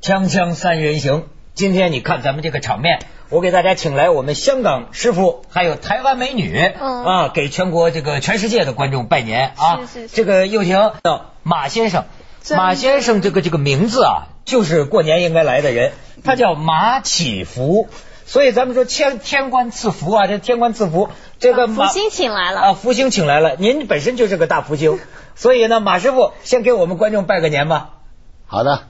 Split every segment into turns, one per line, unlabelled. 锵锵三人行，今天你看咱们这个场面，我给大家请来我们香港师傅，还有台湾美女、
嗯
啊，给全国这个全世界的观众拜年啊！
是是是
这个又婷的马先生，
真的
马先生这个这个名字啊，就是过年应该来的人，他叫马启福。所以咱们说天天官赐福啊，这天官赐福，这个
啊嗯福
马
星请 来了，
啊，福星请来了，您本身就是个大福星，所以呢，马师傅先给我们观众拜个年吧。
好的，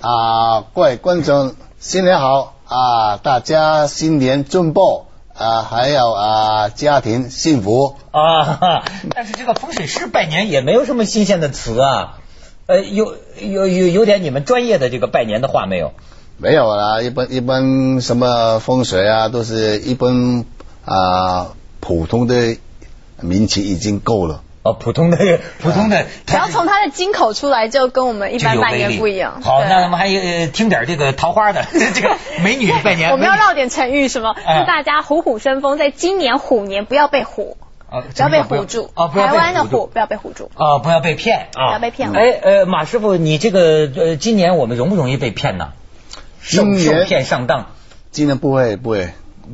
啊，各位观众新年好啊，大家新年进步啊，还有啊，家庭幸福。
啊， 但是这个风水师拜年也没有什么新鲜的词啊，呃，有有有有点你们专业的这个拜年的话没有？
没有啦，一般一般什么风水啊，都是一般啊普通的名词已经够了。
哦，普通的 啊普通的，
只要从他的金口出来，就跟我们一
就
般
有
拜
魅
年
力
不一样。
好，
对
那咱们还呃听点这个桃花的这个美女拜 年。
我们要
美女
绕点成语，什么？
哎
祝大家虎虎生风，在今年虎年不要被虎，
啊
不要被
不要
唬住。
啊不要被
台湾的
唬住
虎不要被唬住。
啊，不要被骗啊，
不要被骗了
哎呃，马师傅，你这个呃，今年我们容不容易被骗呢？受
今
受
年
骗上当，
今年不会不会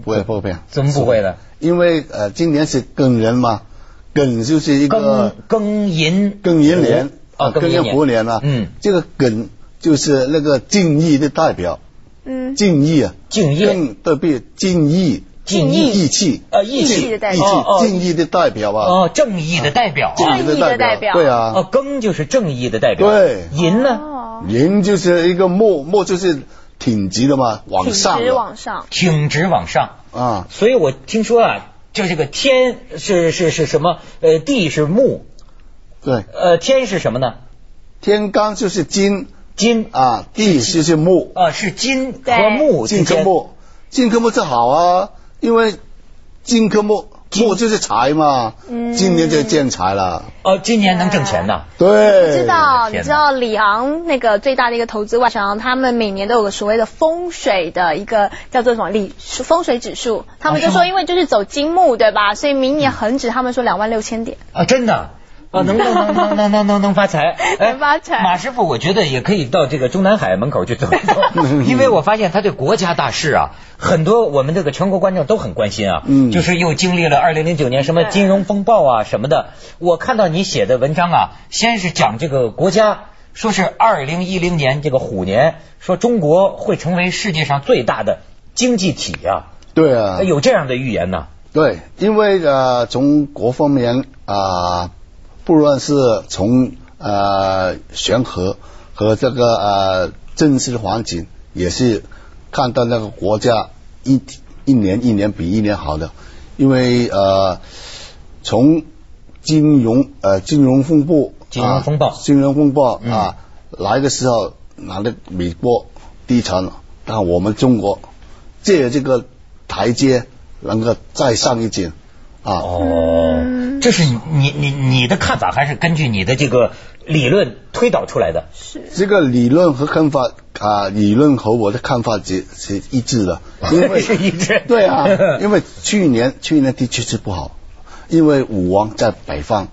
不会不会，
怎么不会呢？
因为呃今年是庚寅嘛，庚就是一
庚
个
庚寅
庚寅年
啊，
庚寅虎年啊，
嗯，
这个庚就是那个敬意的代表，
嗯，
敬意啊，
敬业
更特别敬意，
敬意
义气，
呃义
气的代
义
表
哦哦
气，敬意的代表啊，
哦，正义的代表
敬
啊。
意
正义的代表
对
哦，
啊，
庚就是正义的代表，
对
寅呢
哦
人就是一个莫莫就是挺直的嘛，往
挺
上
直
的
往上，
挺直往上。
啊，
所以我听说啊，就这个天是是是什么？呃，地是木，
对，
呃，天是什么呢？
天罡就是金
金啊、
啊，地就是木，
是金和
对
木之
金克
间。
木，金克木是好啊，因为金克木木就是财嘛，
嗯
今年就见财了，
哦，今年能挣钱呐？
对，
知道，
哎天哪
你知道里昂那个最大的一个投资外商，他们每年都有个所谓的风水的一个叫做什么里风水指数，他
哦
们就
吗
是
嗯
说因为就是走金木对吧，所以明年恒指他们说两万六千点。
啊，真的。啊，能能能能能能能能发 财，哎
嗯能发财
马师傅，我觉得也可以到这个中南海门口去走一
嗯
走，因为我发现他对国家大事啊，很多我们这个全国观众都很关心啊。
嗯
就是又经历了二零零九年什么金融风暴啊什么的，我看到你写的文章啊，先是讲这个国家，说是二零一零年这个虎年，说中国会成为世界上最大的经济体啊，
对啊，
有这样的预言呢？
对，因为呃，从国方面啊、不论是从呃选和和这个呃政治环境，也是看到那个国家一一年一年比一年好的，因为呃，从金融呃金融风暴，
金融风暴
啊金融风暴
嗯
啊、来的时候，拿的美国低沉，但我们中国借这个台阶能够再上一点啊。
哦，这是你你你的看法，还是根据你的这个理论推导出来的？
这个理论和看法啊，理论和我的看法是是一致的，
哦
因
是一
为
致。
对 啊，因为去年去年的确是不好，因为武王在北方，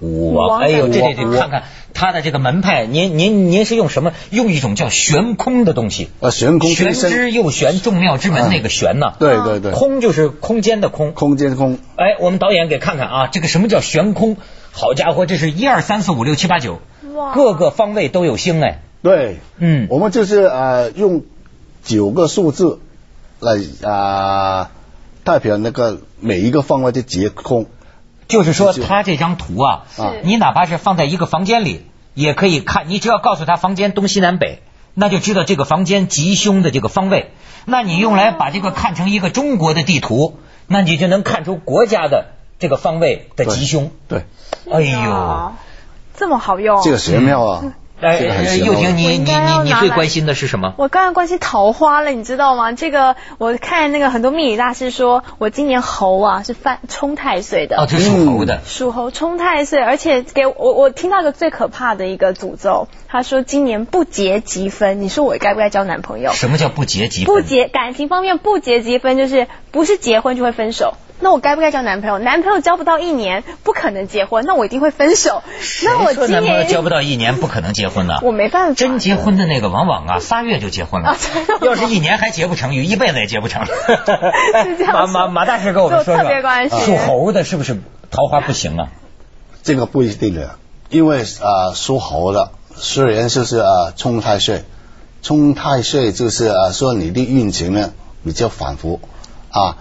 武
王
哎呦，
武
这
王
这这，看看他的这个门派，您您您是用什么？用一种叫悬空的东西，
呃，悬空
玄
飞
之
升，
又玄，众妙之门
嗯
那个玄呐。
对对对，
空就是空间的空。
空间空，
哎，我们导演给看看啊，这个什么叫悬空？好家伙，这是一二三四五六七八九，
哇
各个方位都有星哎。
对，
嗯，
我们就是呃用九个数字来啊、呃代表那个每一个方位的结空，
就是说他这张图啊
啊，
你哪怕是放在一个房间里，也可以看。你只要告诉他房间东西南北，那就知道这个房间吉凶的这个方位。那你用来把这个看成一个中国的地图，那你就能看出国家的这个方位的吉凶。
对，
哎
啊
呦，，
这么好用。
这个玄妙啊，
哎，
这个很
呃
玄
又
妙
婷，
啊。
你
我应
你
该要
你你
拿
最
来
关心的是什么？
我刚才关心桃花了，你知道吗？这个我看那个很多命理大师说，我今年猴啊是犯冲太岁的。
哦，这属猴的。
属猴冲太岁，而且给我我听到一个最可怕的一个诅咒，他说今年不结积分，你说我该不该交男朋友？
什么叫不结吉？
不结感情方面不结积分，就是不是结婚就会分手，那我该不该交男朋友？男朋友交不到一年，不可能结婚，那我一定会分手。那我
谁说
今
男朋友
年
交不到一年不可能结婚呢？
我没办法，
真结婚的那个往往啊，仨月就结婚了
啊真的吗，
要是一年还结不成，一辈子也结不成。
是这样
马
说
马马大师跟我们说
就
说，
特别关系
属猴的是不是桃花不行啊？
这个不一定的，因为呃属猴的虽然就是呃冲太岁，冲太岁就是呃说你的运程呢比较反复啊，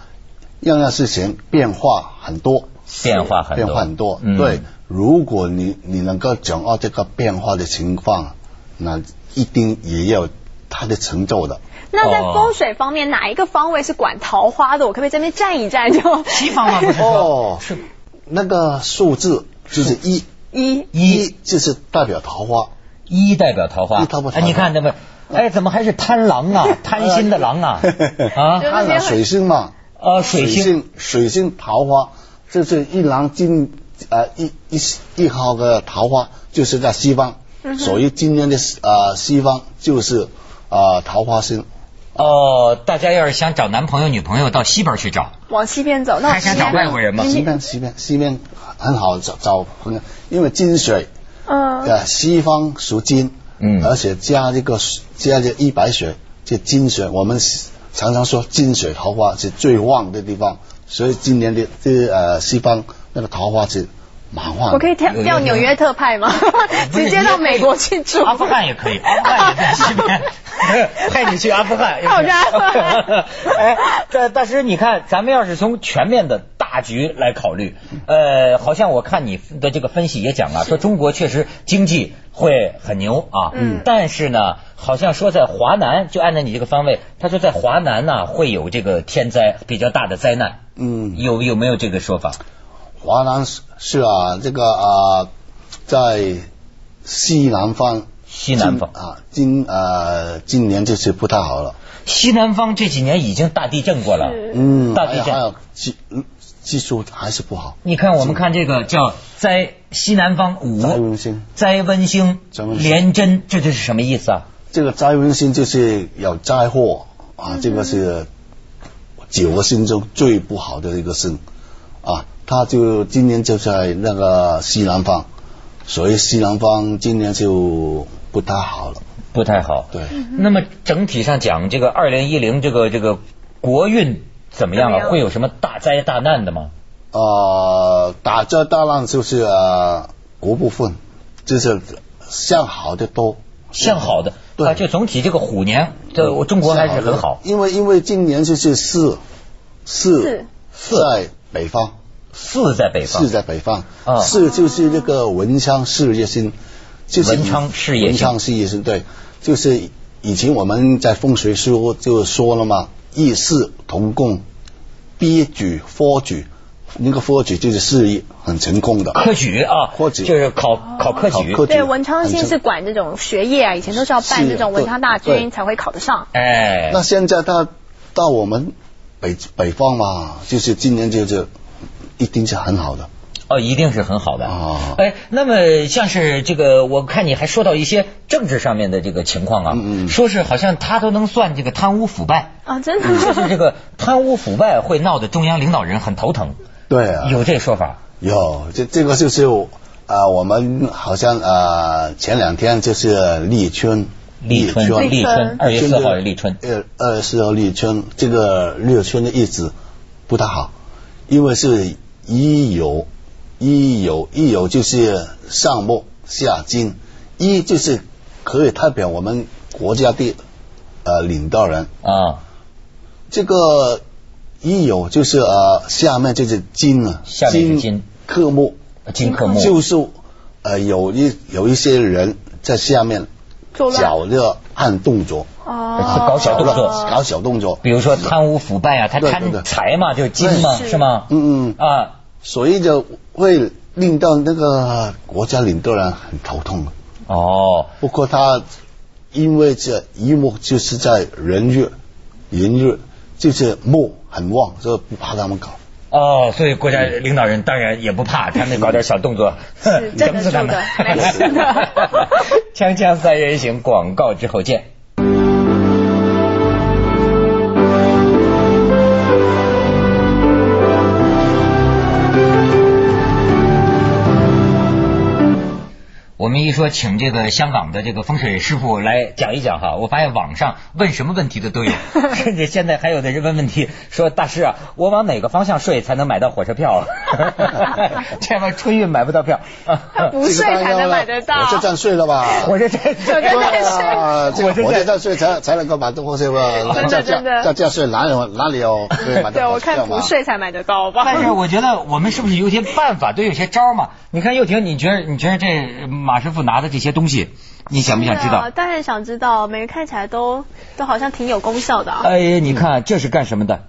样样事情变化很多，
变化很多，
变化很多。
嗯
对，如果你你能够掌握这个变化的情况，那一定也有它的成就的。
那在
哦
风水方面，哪一个方位是管桃花的？我可不可以这边站一站就？
西方嘛不是说
哦
是
那个数字就是一，
一
一
就是代表桃花。
一代表桃花
一代表桃花
哎你看那么，哎，怎么还是贪狼 啊？贪心的狼啊啊
就
看了水星嘛，
呃，水星
星水星桃花，这是一郎金呃一一一号的桃花，就是在西方，所以今年的呃西方就是呃桃花星，
哦，大家要是想找男朋友、女朋友，到西边去找。
往西边走，那我
还想
西
找
边
外国人吗
西边西边西边很好找找朋友，因为金水
嗯，
呃西方属金，
嗯
而且加这个加这一白水，这金水我们常常说金水桃花是最旺的地方，所以今年的这呃西方那个桃花是蛮旺的。
我可以调
纽约
调纽约特派吗？
不是
直接到美国去住。
阿富汗也可以，阿富汗也在西边， 派你去阿富汗。
好的
哎，但但是你看，咱们要是从全面的大局来考虑，呃，好像我看你的这个分析也讲了，说中国确实经济会很牛啊，
嗯
但是呢，好像说在华南，就按照你这个方位，他说在华南呢、会有这个天灾比较大的灾难，
嗯，
有有没有这个说法？
华南是是啊，这个啊、在西南方，
西南方
今啊，今呃今年就是不太好了。
西南方这几年已经大地震过了。
是
嗯，
大
还
地
有
震
还有技嗯技术还是不好，
你看，我们看这个叫灾西南方
灾
五
文星，
灾温星
灾温星
连针，这这是什么意思啊？
这个灾文星就是有灾祸
嗯
啊，这个是九个星中最不好的一个星啊，它就今年就在那个西南方，所以西南方今年就不太好了，
不太好。
对。
嗯
那么整体上讲，这个二零一零这个这个国运怎么样
怎么
啊？
样
会有什么大灾大难的吗？
呃，打这大浪就是呃国部分，就是向好的多，
向好的，
对
啊，就总体这个虎年，这我中国还是很好。
因为因为今年就是四
四
四
四
在北方，
四在北方
四，在北方
啊，
四就是那个文昌事业星，就是
文昌事业星
文昌事业星对，就是以前我们在风水书就说了嘛，一事同共，必举科举，那个科举就是事业很成功的，
科举啊，
科举
就是考考科举
考。科 举
对，文昌星是管这种学业啊，以前都是要办这种文昌大
是对
军才会考得上。
哎，
那现在到到我们北北方嘛，就是今年就是一定是很好的。
哦，一定是很好的。
哦
哎，那么像是这个，我看你还说到一些政治上面的这个情况啊，
嗯嗯
说是好像他都能算这个贪污腐 败，
啊，真的
说 是这个贪污腐败会闹得中央领导人很头疼，
对啊，
有这说法？
有这这个就是啊、呃我们好像呃前两天就是立春，
立春，立
立
春
春，
二月四号是
是
立春。
二二十号立春，这个立春的日子不太好，因为是一酉，一酉，一酉就是上木下金，一就是可以代表我们国家的呃领导人，
啊，
这个一酉就是呃下面就是金啊，
下面是金
克木，
金克木
就是呃有一有一些人在下面
作乱
搅热按动作。
哦，
搞小动作
搞小动作，嗯
比如说贪污腐败啊，他
对对对
贪财嘛，就是金嘛，
对
是吗？
嗯嗯
啊，
所以就会令到那个国家领导人很头痛。
哦，
不过他因为这一木就是在人月，人月就是木很旺，所以不怕他们搞。
哦，所以国家领导人当然也不怕，他们搞点小动作，
是
哼整死他们
镇得住的没事的。
锵锵三人行，广告之后见。
Hãy subscribe cho kênh Ghiền Mì Gõ Để không bỏ lỡ
们一说请这个香港的这个风水师傅来讲一讲哈，我发现网上问什么问题的都有，甚至现在还有的人问问题说大师啊，我往哪个方向睡才能买到火车票 啊？这边春运买不到票，
不睡才能买得到。
火车站睡了吧？
火车站
火车站
对啊，这
我
个
真
火
在
车站睡才才能够买到火车票，
真的
这
真的
这这睡哪有哪里有可以买
对，
到
我
火车
看
票嘛
不？睡才买得到 吧。
但是我觉得我们是不是有些办法，都有些招儿嘛？你看又婷，你觉得你觉得这马师傅拿的这些东西，你想不想知
对
道
啊？当然想知道，每个看起来都都好像挺有功效的啊。
呃
哎，你看这是干什么的？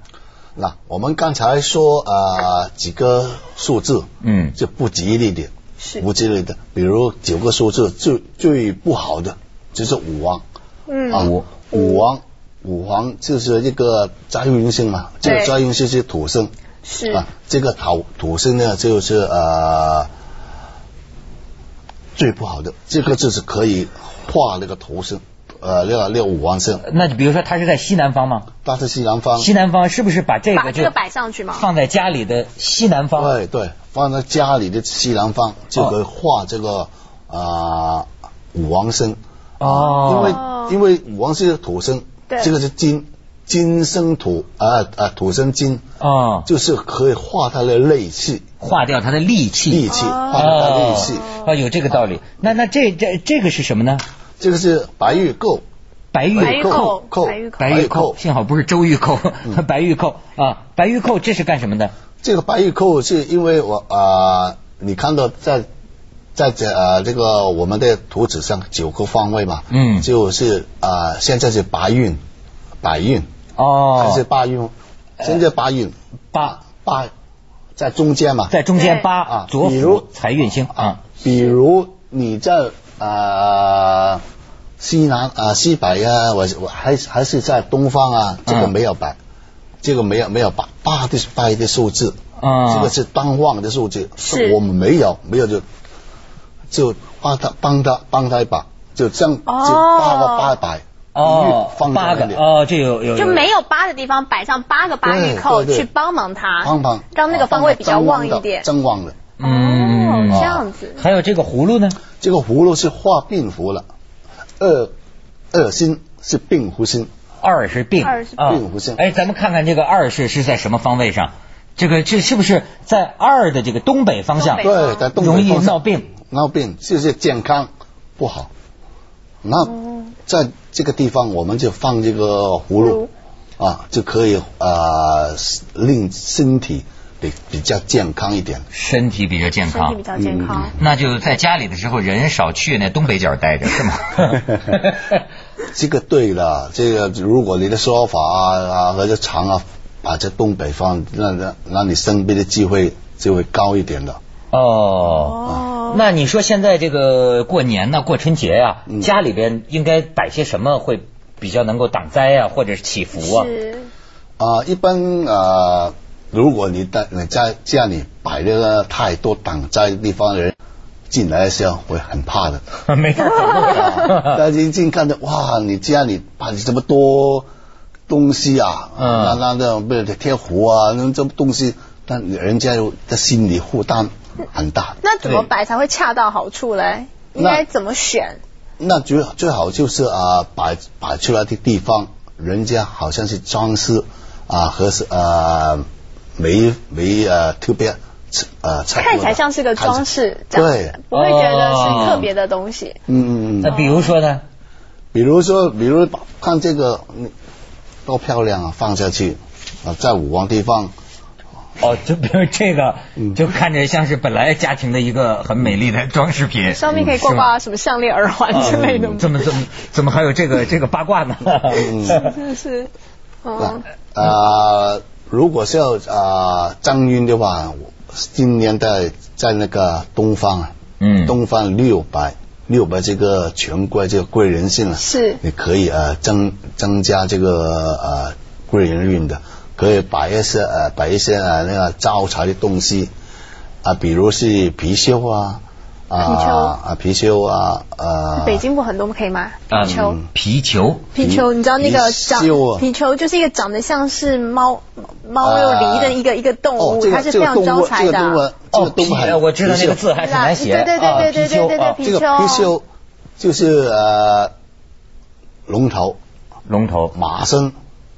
那我们刚才说呃几个数字，
嗯
就不吉利的，
是
不吉利的，比如九个数字最最不好的就是武王，
嗯
啊
五，
武王，武王就是一个财运星嘛，这个
对
财运星是土星，
是
嗯
啊，这个土土星呢就是呃最不好的，这个就是可以化那个土星，呃，那个那个武王星，
那就比如说他是在西南方吗？
它是西南方，
西南方是不是把这
把
个就
这个摆上去嘛。
放在家里的西南方？
哎对对，放在家里的西南方就可以化这个啊、呃、武王星，
哦，
因为因为武王星是土星，
对
这个是金金生土啊啊土生金。
哦，
就是可以化它的戾气，
化掉他的戾
戾
气。
气，
哦
化它的戾气。
哦，有这个道理。那那这这这个是什么呢？
这个是白玉垢，
白玉
白玉
扣，
扣
扣
白玉扣
白玉扣，幸好不是周玉扣，
嗯
白玉扣啊，白玉扣这是干什么的？
这个白玉垢是因为我啊、呃你看到在在这呃这个我们的图纸上九个方位嘛，
嗯
就是啊、呃现在是白运，白运还是
哦，
八运？现在八运
八
八在中间嘛，
在中间
对
八
啊
左
比如
辅财运星啊，
比如你在呃西南啊、呃西北啊，或者还是还是在东方啊，这个
嗯
没有白，这个没有没有白，八的是白的数字，
啊
这个是单旺的数字，
是
我们没有没有就就帮他帮他帮他一把，就这样就
哦
八个八百，
哦
一律，放在
八
那
个
里
哦，这有有
就没有八的地方摆上八个八玉扣
对对对
去帮忙它，
帮忙，
让那个方位比较旺一点。
真旺的。
嗯
哦，这样子。
还有这个葫芦呢？
这个葫芦是化病符了，二二星是病符星，
二是病，
二是
啊
病无性
哎，咱们看看这个二是是在什么方位上？这个这是不是在二的这个东北方向
东北
对，在东北
容易
方向
闹病？
闹病就是健康不好。那在这个地方，我们就放这个哦葫芦啊，就可以呃令身体比比较健康一 点。
身体比较健
身体
康
比。较健康，
那就在家里的时候，人少去那东北角待着，是吗？
这个对了，这个如果你的说法啊啊和这肠啊摆在东北方，那那那你生病的机会就会高一点的。
哦，
哦，
那你说现在这个过年呢，过春节呀、
嗯
家里边应该摆些什么会比较能够挡灾呀、或者是祈
嗯
福啊？
是
啊、一般啊、呃如果你在你在家里摆那个太多挡灾的地方的人进来的时候会很怕的。
没法走路
啊
了。
但是一进看到哇，你家里摆这么多东西啊，
嗯
那那那不是贴壶啊，那这东西，但人家有的心理负担很大。
那怎么摆才会恰到好处嘞？应
那
该怎么选？
那最最好就是啊、摆摆出来的地方，人家好像是装饰啊，和是呃没没呃特别呃差不多的
看起来像是个装饰，这
看
样
起来
子不会觉得是特别的东西。
对，嗯嗯
那
嗯，
比如说呢？
比如说比如把看这个嗯多漂亮啊，放下去啊，在武王地方。
哦，就比如这个，
嗯
就看着像是本来家庭的一个很美丽的装饰
哦
品，
上面可以挂
嗯
挂什么项链、耳环 之类的吗
嗯？怎么怎么怎么还有这个这个八卦呢？
嗯
真的是，
那
嗯，
呃，如果是要呃张运的话，我今年在在那个东方啊，
嗯
东方六百六百这个权贵这个贵人性啊，
是
你可以呃增增加这个呃贵人运的，可以摆一些呃摆一些呃那个招财的东西啊，比如是貔貅啊啊、
貔
啊
貅
啊貔貅啊啊，
北京不很多可以吗？貔貅。
嗯，皮球，
皮球，你知道那个
貔
长
貅嗯啊
皮球就是一个长得像是猫猫又
呃
梨的一个一个动
哦
物，
这个
它是
这
非
个
常
动
招
物
财
这个
的。啊
动物啊这个动物
皮
很
哦哎我知道那个
貔貅
字还很难写，
对对对对对对对对
啊
对，
这个貔貅就是呃龙头
啊龙头
马身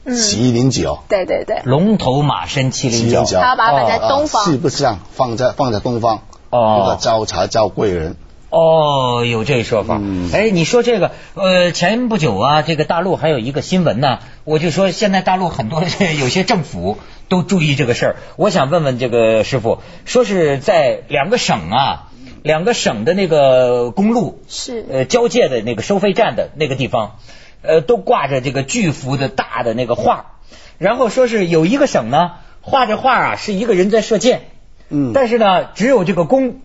嗯
麒麟角，
对对
嗯
对，
龙头马身麒
麒
麟
麟
角，
角，
他把它摆在
啊
东方
是不是这样？放在放在东方，
哦
这个招财招贵人，
哦，有这说法
嗯。
哎、你说这个，呃，前不久啊，这个大陆还有一个新闻呢，我就说现在大陆很多有些政府都注意这个事儿。我想问问这个师傅，说是在两个省啊，两个省的那个公路
是
呃交界的那个收费站的那个地方，呃，都挂着这个巨幅的大的那个画，然后说是有一个省呢，画着画啊是一个人在射箭，
嗯，
但是呢，只有这个弓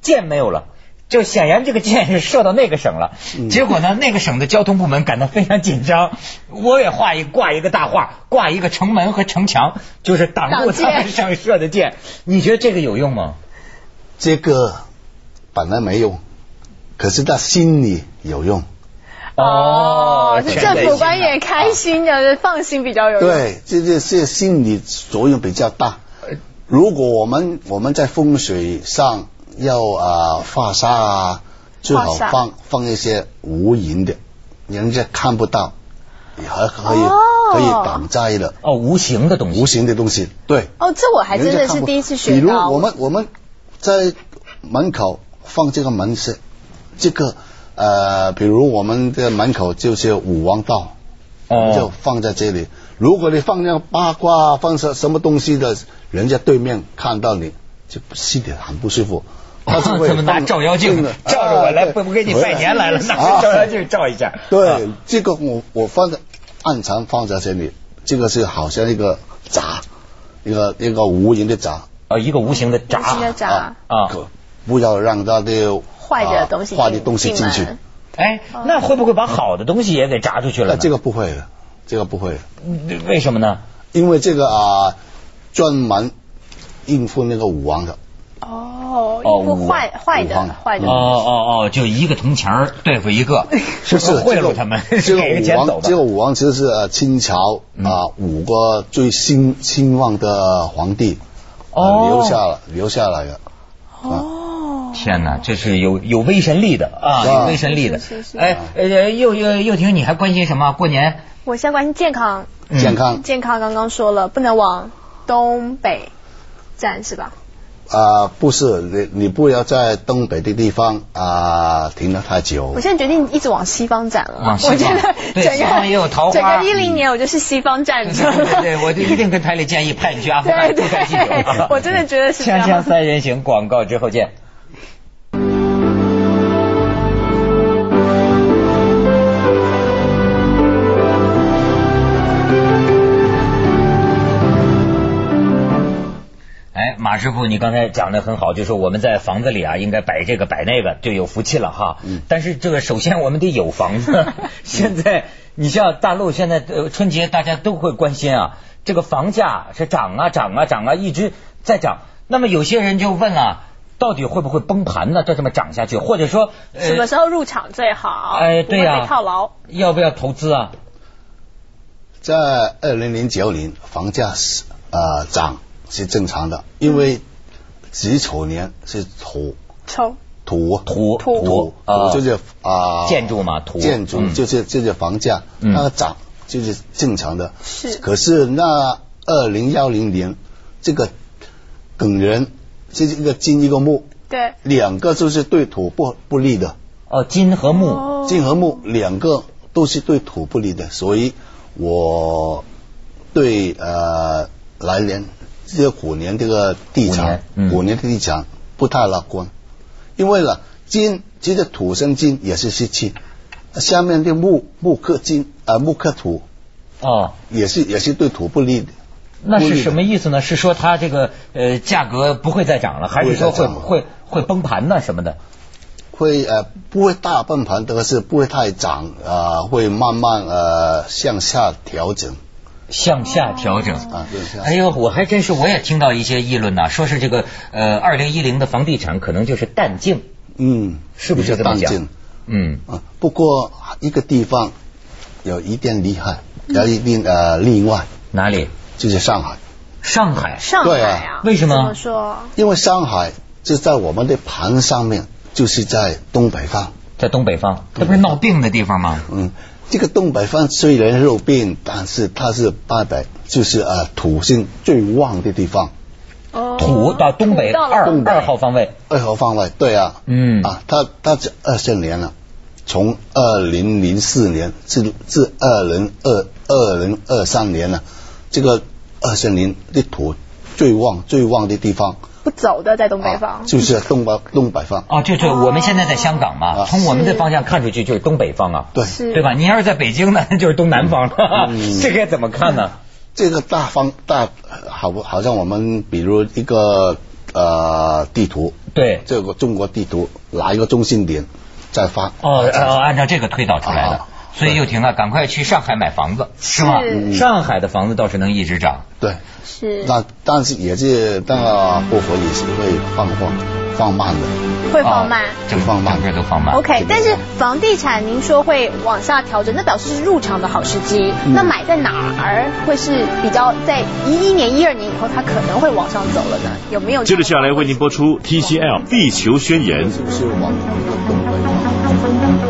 箭没有了。就显然这个箭是射到那个省了，
嗯
结果呢，那个省的交通部门感到非常紧张。我也画一挂一个大画，挂一个城门和城墙，就是挡住
挡箭
他们省射的箭。你觉得这个有用吗？
这个本来没用，可是他心里有用。
哦
是哦政府官员开心的，放心比较有用。
啊对，这这这心理作用比较大。如果我们我们在风水上要啊、呃、发沙啊，最好
发沙
放放一些无影的，人家看不到，也还可以、
哦
可以挡灾的
哦，无形的东西
无。形的东西。对，
哦，这我还真
人
的
家看
是
不
第一次学
比如
到。
我们我们在门口放这个门是这个呃，比如我们的门口就是武王道。就
哦，
放在这里。如果你放那八卦、放什什么东西的，人家对面看到你，就心里很不 舒服。他就会
怎么哦拿
放
照妖镜
放的
照着我来？
啊
不不给你
对
拜年来了，拿
啊
着照妖镜照一下。啊
对，这个我我放在暗藏放在这里，这个是好像一个闸，一个一个无形的闸
哦，一个无形的闸。
无形的闸
啊
啊
可不要让它的
坏的东西
啊坏的
进
东西进
进。
去
来
哎，那会不会把好的东西也给扎出去了
呃，
呢？
这个不会的，这个不会的。
嗯为什么呢？
因为这个啊，专门应付那个武王的，
哦，
哦
一副坏
武
坏的
王
坏的
哦。哦哦，就一个铜钱儿对付一个，
不 是
贿赂他们，
这个
给个
武
钱走
王，
吧哦
这。个武王其实是呃清朝
嗯
啊五个最兴兴旺的皇帝
哦
呃留下了留下来的。
哦，
天哪，这是有有威神力的啊，
是吧
有威神力的
是是是。是
哎，呃，又又又婷，你还关心什么？过年
我现在关心健康，
嗯
健康
健康刚刚说了，不能往东北站是吧？
啊、不是你你不要在东北的地方啊、停留太久
我。现在决定一直往西方站了。
往西方
我觉得
对
整
西方
个
也有桃花
整个一零年我就是西方站着
对 对
了。
对，我就一定跟台里建议派你去阿富汗
对
驻扎记者
对。，我真的觉得是这
锵 锵
样。
三人行广告之后见。哎，马师傅，你刚才讲的很好，就说我们在房子里啊，应该摆这个摆那个，就有福气了哈。
嗯
但是这个首先我们得有房子。 现在你像大陆现在呃春节大家都会关心啊，这个房价是涨啊涨啊涨啊，一直在涨。那么有些人就问了、啊到底会不会崩盘呢？再这么涨下去，或者说呃
什么时候入场最好？
哎对
不
呀、
会被套牢。
要不要投资啊？
在二零零九年，房价是呃涨是正常的，因
嗯
为己丑年是土
抽
土
土
土
土
啊
就是啊、
建筑嘛土
建筑
嗯
就是就是房价，
嗯
那个涨就是正常的。
是
可是那二零幺零年这个梗人，这一个金一个木，
对。
两个就是对土不不利的，
哦，金和
嗯
木。
哦
金和木两个都是对土不利的，所以我对呃来年这个虎年这个地
虎年
产，
嗯
虎年的地产不太乐观，因为了金其实土生金也是湿气，下面的木木克金呃木克土
哦，
也是也是对土不利的，
那是什么意思呢？是说它这个呃价格不会再涨了，还是说会
不会再涨了
会会崩盘呢什么的？
会呃不会大崩盘，但是不会太涨啊、呃会慢慢呃向下调整
向下调整。
啊，对向下
哎呦，我还真是，我也听到一些议论呐、说是这个呃，二零一零的房地产可能就是淡静，
嗯，
是不是就这么
比较
讲
淡静？
嗯，
啊，不过一个地方有一点厉害，有一定呃例外，
哪里？
就是上海，
上海。
上
对
海
啊
啊？
为什么
怎么说？
因为上海就在我们的盘上面，就是在东北方。
在东北方，这不是闹病的地方吗？
嗯，这个东北方虽然肉病，但是它是八北，就是呃土性最旺的地方，
哦
土到东北
到了
二
东北
二号方位。
二号方位。对啊，
嗯
啊，它它这二十年了，从二零零四年至至二零二二零二三年了，这个二十年的土最旺最旺的地方，
不走的在东北
啊
方，
就是东北东北方。
哦，就就
哦
我们现在在香港嘛，
啊
从我们这
是
方向看出去就是东北方啊，
对，
是
对吧？你要是在北京呢， 就是东南方了，
嗯
这该怎么看呢？
这个大方大好不好像我们比如一个呃地图。
对，
这个中国地图哪一个中心点再发？
哦，哦，按照这个推导出来的
啊。
所以又婷啊，赶快去上海买房子，是吧？
是
上海的房子倒是能一直涨。
对，
是
那但是也是那个步伐也是会放缓、放慢的。
会放慢。
哦整
放慢
整个都放慢。
OK，
这个
但是房地产您说会往下调整，那表示是入场的好时机。
嗯
那买在哪儿会是比较在一一年、一二年以后，它可能会往上走了呢？有没有？
接着下来为您播出 TCL 地球宣言。
是不是往一个东北方？